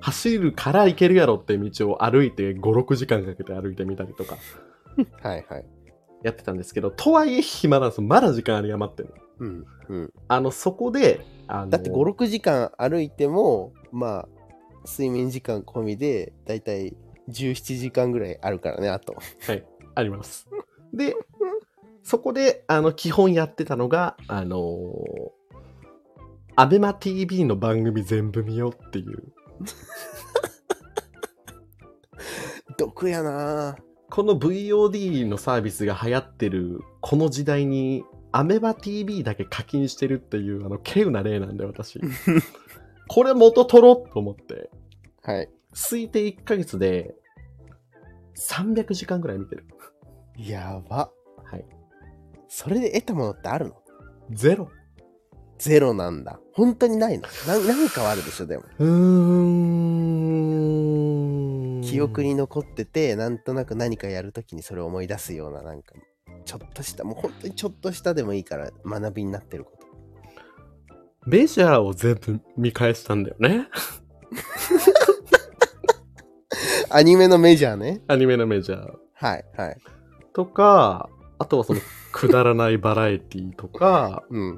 Speaker 1: 走るから行けるやろって道を歩いて5、6時間かけて歩いてみたりとか
Speaker 2: はいはい。
Speaker 1: やってたんですけど、とはいえ暇なんですよ。まだ時間あり余ってる。
Speaker 2: うん。うん。
Speaker 1: あの、そこで、あの
Speaker 2: だって5、6時間歩いても、まあ、睡眠時間込みで、だいたい17時間ぐらいあるからね、あと。
Speaker 1: あります。で、そこで、あの、基本やってたのが、あのー、アベマ TV の番組全部見ようっていう。
Speaker 2: 毒やな
Speaker 1: この VOD のサービスが流行ってるこの時代にアメバ TV だけ課金してるっていうあの稀有な例なんで 私これ元取ろうと思って
Speaker 2: ぁはい。
Speaker 1: 推定1ヶ月で300時間ぐらい見てる
Speaker 2: やば。
Speaker 1: はい
Speaker 2: それで得たものってあるの
Speaker 1: ゼロ
Speaker 2: ゼロなんだ。本当にないのな何かはあるでしょ、でも。
Speaker 1: うーん
Speaker 2: 記憶に残ってて、なんとなく何かやるときにそれを思い出すような、なんか、ちょっとした、もう本当にちょっとしたでもいいから、学びになってること。
Speaker 1: メジャーを全部見返したんだよね
Speaker 2: アニメのメジャーね。
Speaker 1: アニメのメジャー
Speaker 2: はい、はい。
Speaker 1: とかあとはそのくだらないバラエティとか
Speaker 2: うん。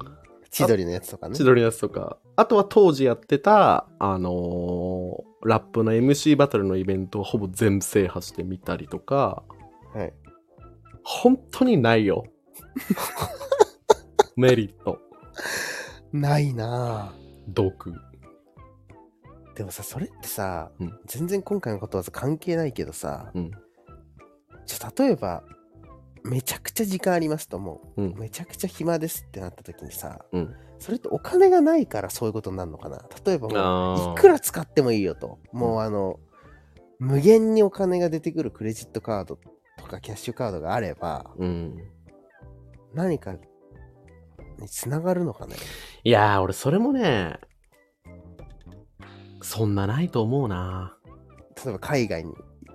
Speaker 2: 千鳥のやつとかね
Speaker 1: 千。鳥のやつとか、あとは当時やってた、あのーラップの MC バトルのイベントをほぼ全制覇してみたりとか、
Speaker 2: はい。
Speaker 1: 本当にない よ。メリット、
Speaker 2: ないなぁ。
Speaker 1: 毒。
Speaker 2: でもさ、それってさ、
Speaker 1: うん
Speaker 2: 全然今回のことわざ関係ないけどさ、
Speaker 1: うん
Speaker 2: じゃ例えば、めちゃくちゃ時間ありますと思う。
Speaker 1: うん
Speaker 2: めちゃくちゃ暇ですってなった時にさ、
Speaker 1: うん
Speaker 2: それってお金がないからそういうことになるのかな例えば
Speaker 1: あ
Speaker 2: もう、
Speaker 1: ー
Speaker 2: いくら使ってもいいよと。もうあの、無限にお金が出てくるクレジットカードとかキャッシュカードがあれば、
Speaker 1: うん。
Speaker 2: 何かにつながるのかね
Speaker 1: いやー、俺それもね、そんなないと思うな。
Speaker 2: 例えば海外に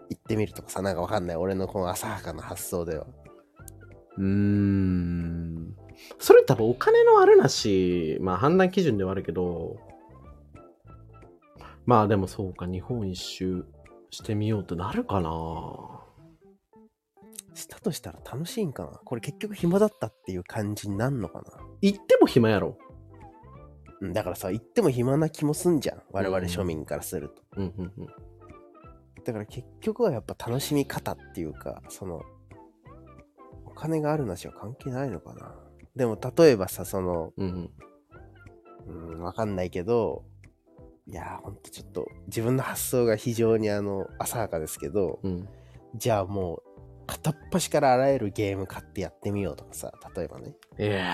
Speaker 2: 行ってみるとかさ、なんかわかんない。俺のこの浅はかな発想では。
Speaker 1: うーん。それ多分お金のあるなし、まあ判断基準ではあるけど、まあでもそうか、日本一周してみようってなるかな。
Speaker 2: したとしたら楽しいんかなこれ結局暇だったっていう感じになんのかな
Speaker 1: 行っても暇やろ。
Speaker 2: うんだからさ、行っても暇な気もすんじゃん。我々庶民からすると。
Speaker 1: うんうんうん。
Speaker 2: だから結局はやっぱ楽しみ方っていうか、その、お金があるなしは関係ないのかなでも例えばさ、その、
Speaker 1: うんうん、
Speaker 2: うん、わかんないけど、いやーほんとちょっと自分の発想が非常にあの浅はかですけど、
Speaker 1: うん。
Speaker 2: じゃあもう片っ端からあらゆるゲーム買ってやってみようとかさ例えばね
Speaker 1: いやー、はいはいはい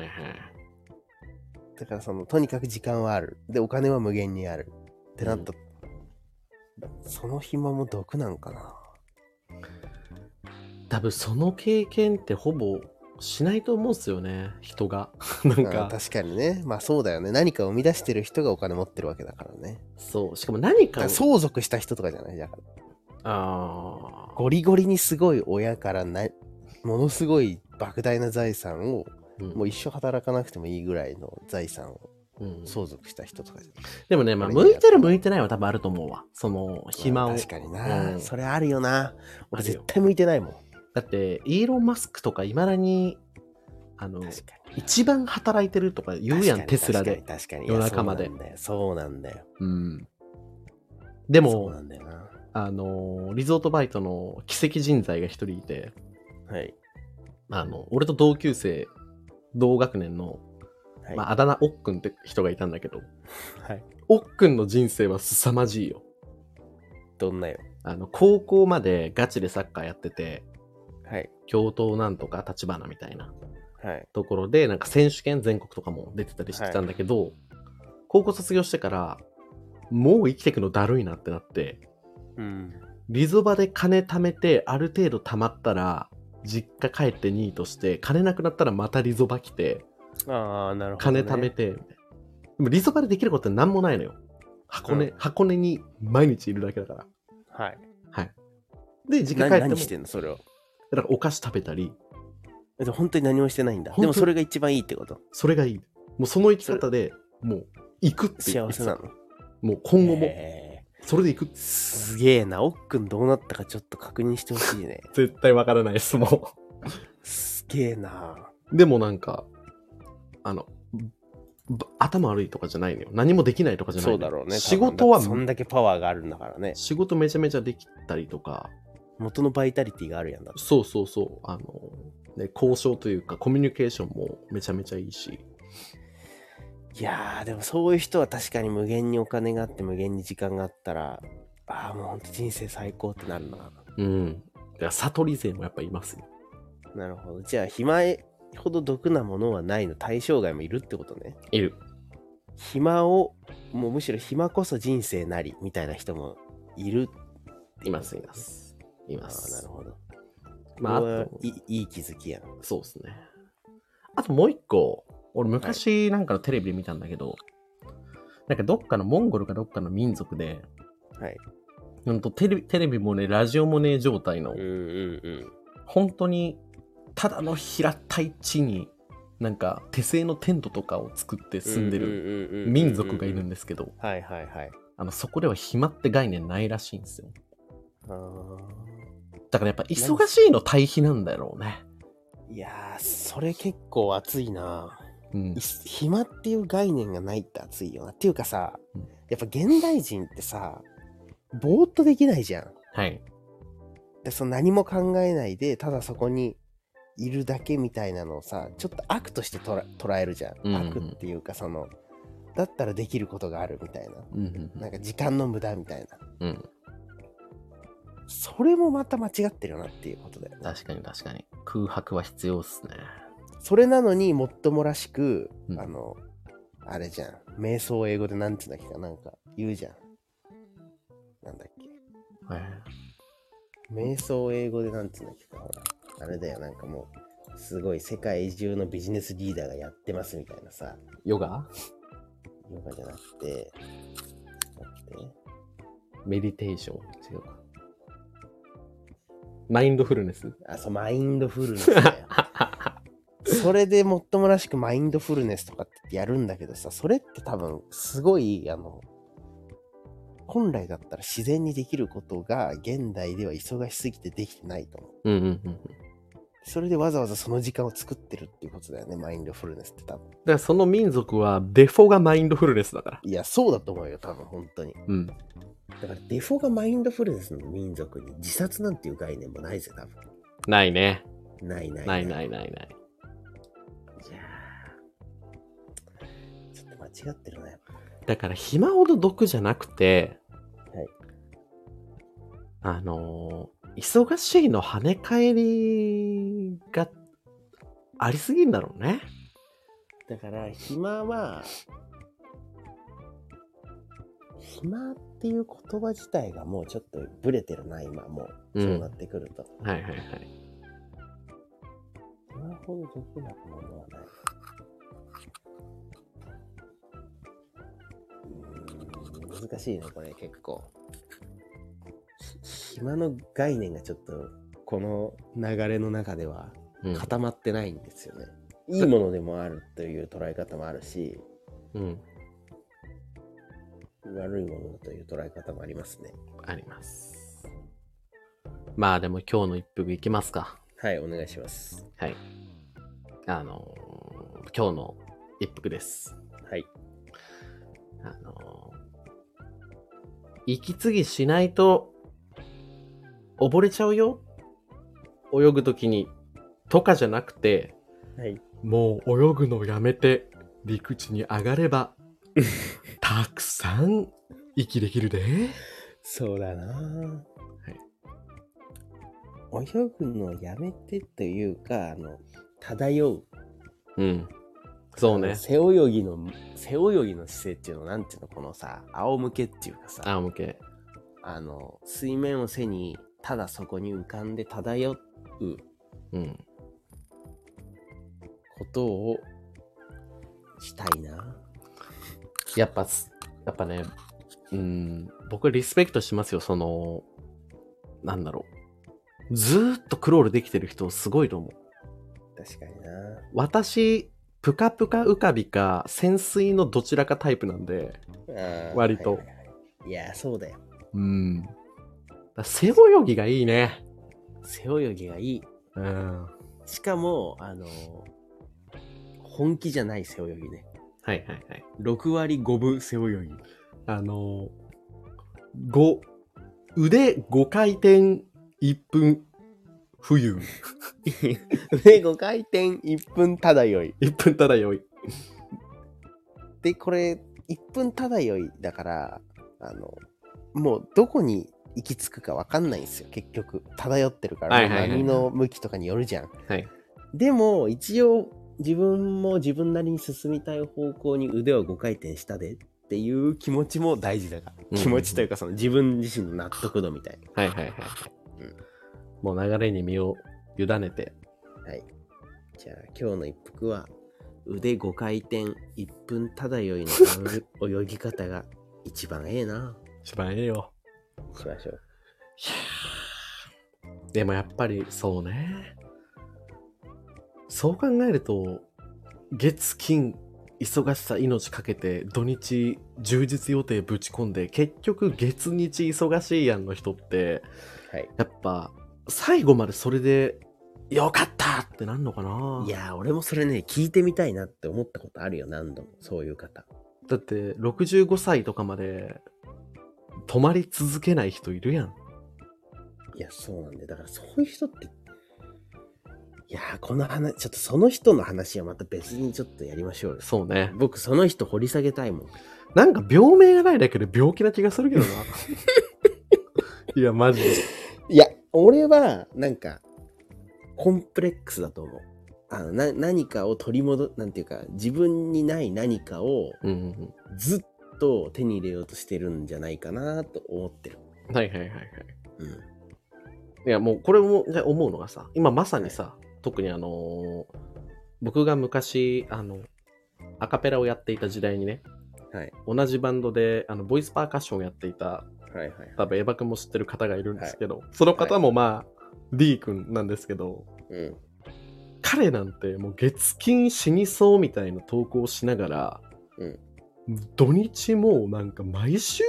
Speaker 1: はい。
Speaker 2: だからそのとにかく時間はあるでお金は無限にあるってなった、その暇も毒なんかな
Speaker 1: 多分その経験ってほぼしないと思うんすよね、人が。 なん
Speaker 2: あー
Speaker 1: か、
Speaker 2: 確かにねまあそうだよね何かを生み出してる人がお金持ってるわけだからね
Speaker 1: そう。しかも何
Speaker 2: だ
Speaker 1: か
Speaker 2: から
Speaker 1: を。
Speaker 2: 相続した人とかじゃないだから
Speaker 1: ああ。
Speaker 2: ゴリゴリにすごい親からなものすごい莫大な財産を
Speaker 1: うん
Speaker 2: もう一生働かなくてもいいぐらいの財産を
Speaker 1: うん
Speaker 2: 相続した人とかじゃない
Speaker 1: でもね、まあ、
Speaker 2: こ
Speaker 1: 向
Speaker 2: れ
Speaker 1: いてる向いてないは多分あると思うわ。その、暇を。
Speaker 2: まあ確かにな、
Speaker 1: うん
Speaker 2: それあるよな俺
Speaker 1: あるよ
Speaker 2: 絶対向いてないもん
Speaker 1: だって、イーロン・マスクとか、いまだに、あの、
Speaker 2: 確かに。
Speaker 1: 一番働いてるとか言うやん、
Speaker 2: 確かに
Speaker 1: テスラで。
Speaker 2: 確かに。確かに
Speaker 1: 夜中まで。
Speaker 2: いやそうなんだよ。
Speaker 1: うん。で
Speaker 2: そう
Speaker 1: も
Speaker 2: な、んだよそうなんだよ
Speaker 1: あの、リゾートバイトの奇跡人材が一人いて、
Speaker 2: な。はい。
Speaker 1: あの、俺と同級生、同学年の、
Speaker 2: はい。
Speaker 1: まあ、あだ名、おっくんって人がいたんだけど、
Speaker 2: はい、
Speaker 1: おっくんの人生は凄まじいよ。
Speaker 2: どんなよ。
Speaker 1: あの、高校までガチでサッカーやってて、
Speaker 2: はい。
Speaker 1: 教頭なんとか立花みたいな
Speaker 2: はい。
Speaker 1: ところで、なんか選手権全国とかも出てたりしてたんだけど、高校卒業してから、もう生きてくのだるいなってなって、
Speaker 2: うん。
Speaker 1: リゾバで金貯めて、ある程度貯まったら、実家帰ってニートして、金なくなったらまたリゾバ来て、
Speaker 2: ああ、なるほど、
Speaker 1: 金
Speaker 2: ね。
Speaker 1: 貯めて、みたいなでもリゾバでできることって何もないのよ。箱根、
Speaker 2: う
Speaker 1: 箱根に毎日いるだけだから。
Speaker 2: はい。
Speaker 1: で、実家
Speaker 2: な
Speaker 1: 帰っても
Speaker 2: 何してんのそれを。
Speaker 1: だからお菓子食べたり、
Speaker 2: えでも本当に何もしてないんだ。
Speaker 1: 本当
Speaker 2: でもそれが一番いいってこと。
Speaker 1: それがいい。もうその生き方で、もう、行くって言って
Speaker 2: 幸せなの。
Speaker 1: もう今後も、
Speaker 2: へ
Speaker 1: それで行く
Speaker 2: ー。すげえな。おっくんどうなったかちょっと確認してほしいね。
Speaker 1: 絶対わからないです、も
Speaker 2: すげえな。
Speaker 1: う。でもなんか、あの、ば頭悪いとかじゃないのよ。何もできないとかじゃないの
Speaker 2: そ
Speaker 1: よ
Speaker 2: うだろうね。
Speaker 1: 仕事は
Speaker 2: 多分だってそんだけパワーがあるんだからね。
Speaker 1: 仕事めちゃめちゃできたりとか、
Speaker 2: 元のバイタリティがあるやんだって。
Speaker 1: そうそうそう、あの、ね、交渉というかコミュニケーションもめちゃめちゃいいし、
Speaker 2: いやー、でもそういう人は確かに無限にお金があって、無限に時間があったら、ああ、もう本当人生最高ってなるな。
Speaker 1: うん。だから悟り勢もやっぱいますよ。
Speaker 2: なるほど。じゃあ、暇ほど毒なものはないの対象外もいるってことね。
Speaker 1: いる。
Speaker 2: 暇を、もうむしろ暇こそ人生なりみたいな人もいる
Speaker 1: います、います。い
Speaker 2: あ
Speaker 1: ま
Speaker 2: あ、な
Speaker 1: す
Speaker 2: る。ほど。
Speaker 1: まあ、あ
Speaker 2: これは
Speaker 1: と
Speaker 2: いいいい気づきやん。
Speaker 1: そうですね。あともう一個、俺昔なんかのテレビで見たんだけど、なんかどっかのモンゴルかどっかの民族で、
Speaker 2: はい。
Speaker 1: ほんとテレビテレビもね、ラジオもねえ状態の、
Speaker 2: うんうんうん。
Speaker 1: 本当にただの平たい地に、なんか手製のテントとかを作って住んでる
Speaker 2: る
Speaker 1: 民族がいるん
Speaker 2: で。
Speaker 1: ですけど、
Speaker 2: はいはいはい。
Speaker 1: あのそこでは暇って概念ないらしいんですよ。
Speaker 2: あー
Speaker 1: だからやっぱ忙しいの対比なんだろうね。
Speaker 2: いやー、それ結構熱いな。
Speaker 1: うん
Speaker 2: い。暇っていう概念がないって熱いよな。っていうかさ
Speaker 1: うん、
Speaker 2: やっぱ現代人ってさ、ぼーっとできないじゃん。
Speaker 1: はい。
Speaker 2: でその何も考えないで、ただそこにいるだけみたいなのをさ、ちょっと悪として捉え捉えるじゃん。
Speaker 1: うんうん
Speaker 2: 悪っていうか、その、だったらできることがあるみたいな。
Speaker 1: うんうん
Speaker 2: なんか時間の無駄みたいな。
Speaker 1: うん。うん。
Speaker 2: それもまた間違ってるよなっていうことだよね。
Speaker 1: 確かに確かに。空白は必要っすね。
Speaker 2: それなのにもっともらしく、
Speaker 1: うん
Speaker 2: あの、あれじゃん。瞑想を英語でなんつうんだっけかなんか言うじゃん。なんだっけ。
Speaker 1: はい。
Speaker 2: 瞑想を英語でなんつうんだっけかほら。あれだよ、なんかもう、すごい世界中のビジネスリーダーがやってますみたいなさ、
Speaker 1: ヨガ
Speaker 2: ヨガじゃなくて、待って
Speaker 1: メディテーション違うか。マインドフルネス
Speaker 2: あ、そう、マインドフルネ スだよ。それでもっともらしくマインドフルネスとかってやるんだけどさ、それって多分すごい、あの、本来だったら自然にできることが現代では忙しすぎてできてないと思う。
Speaker 1: うんうんうんうん。だか
Speaker 2: それでわざわざその時間を作ってるっていうことだよね、マインドフルネスって多分。
Speaker 1: らその民族はデフォがマインドフルネスだから。
Speaker 2: いや、そうだと思うよ、多分本当に。
Speaker 1: うん。
Speaker 2: だからデフォがマインドフルネスの民族に自殺なんていう概念もないぜ、多分。
Speaker 1: ないね。
Speaker 2: ないない
Speaker 1: ないないないない。
Speaker 2: いやーちょっと間違ってるな、やっぱ
Speaker 1: だから暇ほど毒じゃなくて、
Speaker 2: はい
Speaker 1: あのー忙しいの跳ね返りがありすぎんだろうね。
Speaker 2: だから暇は暇っていう言葉自体がもうちょっとブレてるな今もう、
Speaker 1: うん
Speaker 2: そうなってくると
Speaker 1: はいはいはい。
Speaker 2: 暇ほど毒なものはないうーん難しいねこれ結構ひ暇の概念がちょっとこの流れの中では
Speaker 1: うん
Speaker 2: 固まってないんですよね、いいものでもあるという捉え方もあるし
Speaker 1: うん、
Speaker 2: 悪いものだという捉え方もありますね。
Speaker 1: あります。まあでも今日の一服いきますか。
Speaker 2: はい、お願いします。
Speaker 1: はい。あのー今日の一服です。
Speaker 2: はい。
Speaker 1: あのー息継ぎしないと溺れちゃうよ。泳ぐときに。とかじゃなくて、
Speaker 2: はい
Speaker 1: もう泳ぐのやめて陸地に上がれ ば、たくさん息できるで。
Speaker 2: そうだなはい。泳ぐのをやめてというか、あの、漂う。
Speaker 1: うん。そうね。
Speaker 2: 背泳ぎの、背泳ぎの姿勢っていうの、なんていうの、このさ、仰向けっていうかさ、
Speaker 1: あ、オッケ
Speaker 2: あの、水面を背に、ただそこに浮かんで漂う
Speaker 1: ー。うん。
Speaker 2: ことをしたいな。
Speaker 1: やっぱす、やっぱね、うん、僕リスペクトしますよ、その、なんだろう。ずーっとクロールできてる人すごいと思う。
Speaker 2: 確かにな。
Speaker 1: 私、ぷかぷか浮かびか潜水のどちらかタイプなんで、
Speaker 2: あー
Speaker 1: 割と
Speaker 2: はいはいはいいや、そうだよ。
Speaker 1: うん。だから背泳ぎがいいね。
Speaker 2: 背泳ぎがいい。
Speaker 1: うん。
Speaker 2: しかも、あの、本気じゃない背泳ぎね。
Speaker 1: はいはいはい。
Speaker 2: 6割5分背泳ぎ。
Speaker 1: あのー、5、腕5回転1分冬。
Speaker 2: で、5回転1分漂い。
Speaker 1: 1分漂い。
Speaker 2: で、これ、1分漂いだから、あの、もうどこに行き着くか分かんないんですよ、結局。漂ってるから、
Speaker 1: はいはいはい
Speaker 2: 波の向きとかによるじゃん。
Speaker 1: はい。
Speaker 2: でも、一応、自分も自分なりに進みたい方向に腕は5回転したでっていう気持ちも大事だから。
Speaker 1: うん
Speaker 2: 気持ちというか、その自分自身の納得度みたいな。
Speaker 1: はいはいはい。
Speaker 2: うん
Speaker 1: もう流れに身を委ねて。
Speaker 2: じゃあ、今日の一服は、腕5回転1分漂いの あの泳ぎ方が一番ええな。
Speaker 1: 一番ええよ。
Speaker 2: しましょう。
Speaker 1: でもやっぱりそうね。そう考えると、月金、忙しさ命かけて土日充実予定ぶち込んで結局月日忙しいやんの人って
Speaker 2: はい。
Speaker 1: やっぱ最後までそれでよかったってなんのかない
Speaker 2: やー、俺もそれね、聞いてみたいなって思ったことあるよ、何度も。そういう方。
Speaker 1: だって65歳とかまで泊まり続けない人いるやん
Speaker 2: いや、そうなんだよ。だから、そういう人って、いやー、この話、ちょっとその人の話はまた別にちょっとやりましょうよ。
Speaker 1: そうね
Speaker 2: 僕、その人掘り下げたいもん。
Speaker 1: なんか病名がないだけで病気な気がするけど な。いや、マジで。
Speaker 2: いや、俺は、なんか、コンプレックスだと思う。あの、な、何かを取り戻、なんていうか、自分にない何かを
Speaker 1: うんうん
Speaker 2: ずっと手に入れようとしてるんじゃないかなと思ってる。
Speaker 1: うん。はいはいはいはい。
Speaker 2: うん。
Speaker 1: いや、もうこれもね思うのがさ、今まさにさ、特にあのー僕が昔、あの、アカペラをやっていた時代にね、
Speaker 2: はい。
Speaker 1: 同じバンドで、あの、ボイスパーカッションをやっていた、
Speaker 2: はいはい。
Speaker 1: 多分エヴァ君も知ってる方がいるんですけど、その方もまあ、D 君なんですけど、
Speaker 2: うん。
Speaker 1: 彼なんてもう月金死にそうみたいな投稿をしながら、
Speaker 2: うん
Speaker 1: 土日もうなんか毎週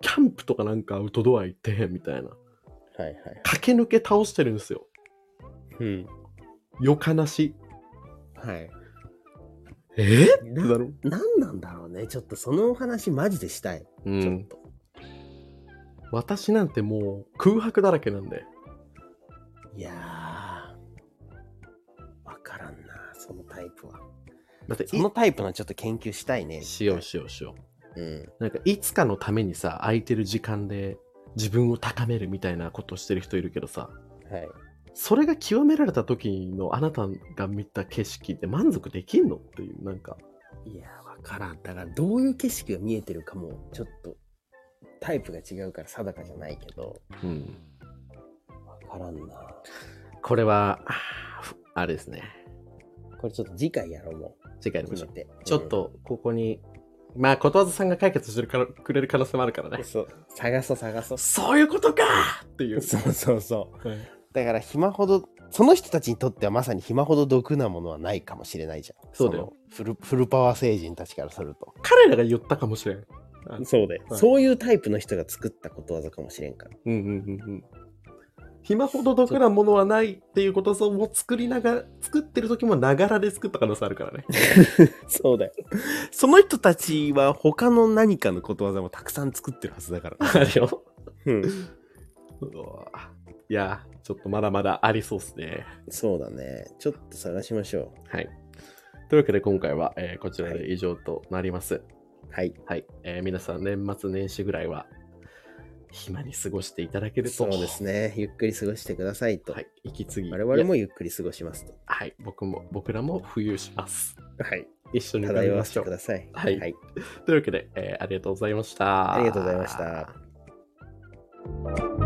Speaker 1: キャンプとかなんかアウトドア行ってみたいな
Speaker 2: はいはい。
Speaker 1: 駆け抜け倒してるんですよ
Speaker 2: うん。
Speaker 1: よかなし
Speaker 2: はい。
Speaker 1: えっ
Speaker 2: な
Speaker 1: だろ
Speaker 2: 何なんだろうね。ちょっとそのお話マジでしたい。
Speaker 1: う
Speaker 2: ちょっ
Speaker 1: ん
Speaker 2: と。
Speaker 1: 私なんてもう空白だらけなんで
Speaker 2: いやー、わからんな、そのタイプは。
Speaker 1: だってい
Speaker 2: そのタイプのちょっと研究したいね。
Speaker 1: しようしようしよ
Speaker 2: うん。
Speaker 1: うなんかいつかのためにさ空いてる時間で自分を高めるみたいなことしてる人いるけどさ
Speaker 2: はい。
Speaker 1: それが極められた時のあなたが見た景色って満足できんのっていう、なんか。
Speaker 2: いやー、わからん。だから、どういう景色が見えてるかも、ちょっと、タイプが違うから定かじゃないけど、
Speaker 1: うん。
Speaker 2: わからんな。
Speaker 1: これは、あーふあれですね。
Speaker 2: これちょっと次回やろう、も
Speaker 1: 次回
Speaker 2: う。
Speaker 1: にまし
Speaker 2: 決
Speaker 1: ょ
Speaker 2: め
Speaker 1: う。
Speaker 2: て。
Speaker 1: ちょっと、ここに、まあ、ことわざさんが解決してるからくれる可能性もあるから
Speaker 2: うん、
Speaker 1: ね。
Speaker 2: そう、探そう探そう。
Speaker 1: そういうことかっていう。
Speaker 2: そうそうそう。
Speaker 1: はい
Speaker 5: だから暇ほどその人たちにとってはまさに暇ほど毒なものはないかもしれないじゃん
Speaker 1: そうだよ
Speaker 5: そのフルフルパワー成人たちからすると
Speaker 1: 彼らが言ったかもしれん。
Speaker 2: そうだよ
Speaker 1: はい
Speaker 2: そういうタイプの人が作ったことわざかもしれんから。
Speaker 1: うんうんうんうん。暇ほど毒なものはないっていうことを作りながら、作ってる時もながらで作った可能性あるからね。
Speaker 2: そうだよ。その人たちは他の何かのことわざもたくさん作ってるはずだ から。
Speaker 1: あるよ。
Speaker 2: うん。
Speaker 1: うわいや、ちょっとまだまだありそうっすね。
Speaker 2: そうだね。ちょっと探しましょ
Speaker 1: はい。というわけで今回は、えーこちらで以上となります。
Speaker 2: う。はい。
Speaker 1: はい、えー皆さん年末年始ぐらいは暇に過ごしていただけると。
Speaker 2: そうですね。ゆっくり過ごしてくださいと。
Speaker 1: はい、息継ぎ。
Speaker 2: 我々
Speaker 1: いや
Speaker 2: もゆっくり過ごしますと。
Speaker 1: はい、僕も、僕らも浮遊します。
Speaker 2: はい。
Speaker 1: 一緒に食べ
Speaker 2: 漂
Speaker 1: ま
Speaker 2: わせ
Speaker 1: しょ
Speaker 2: てく
Speaker 1: う。
Speaker 2: ださい。
Speaker 1: はい
Speaker 2: はい。
Speaker 1: というわけで、えーありがとうございました。
Speaker 2: ありがとうございました。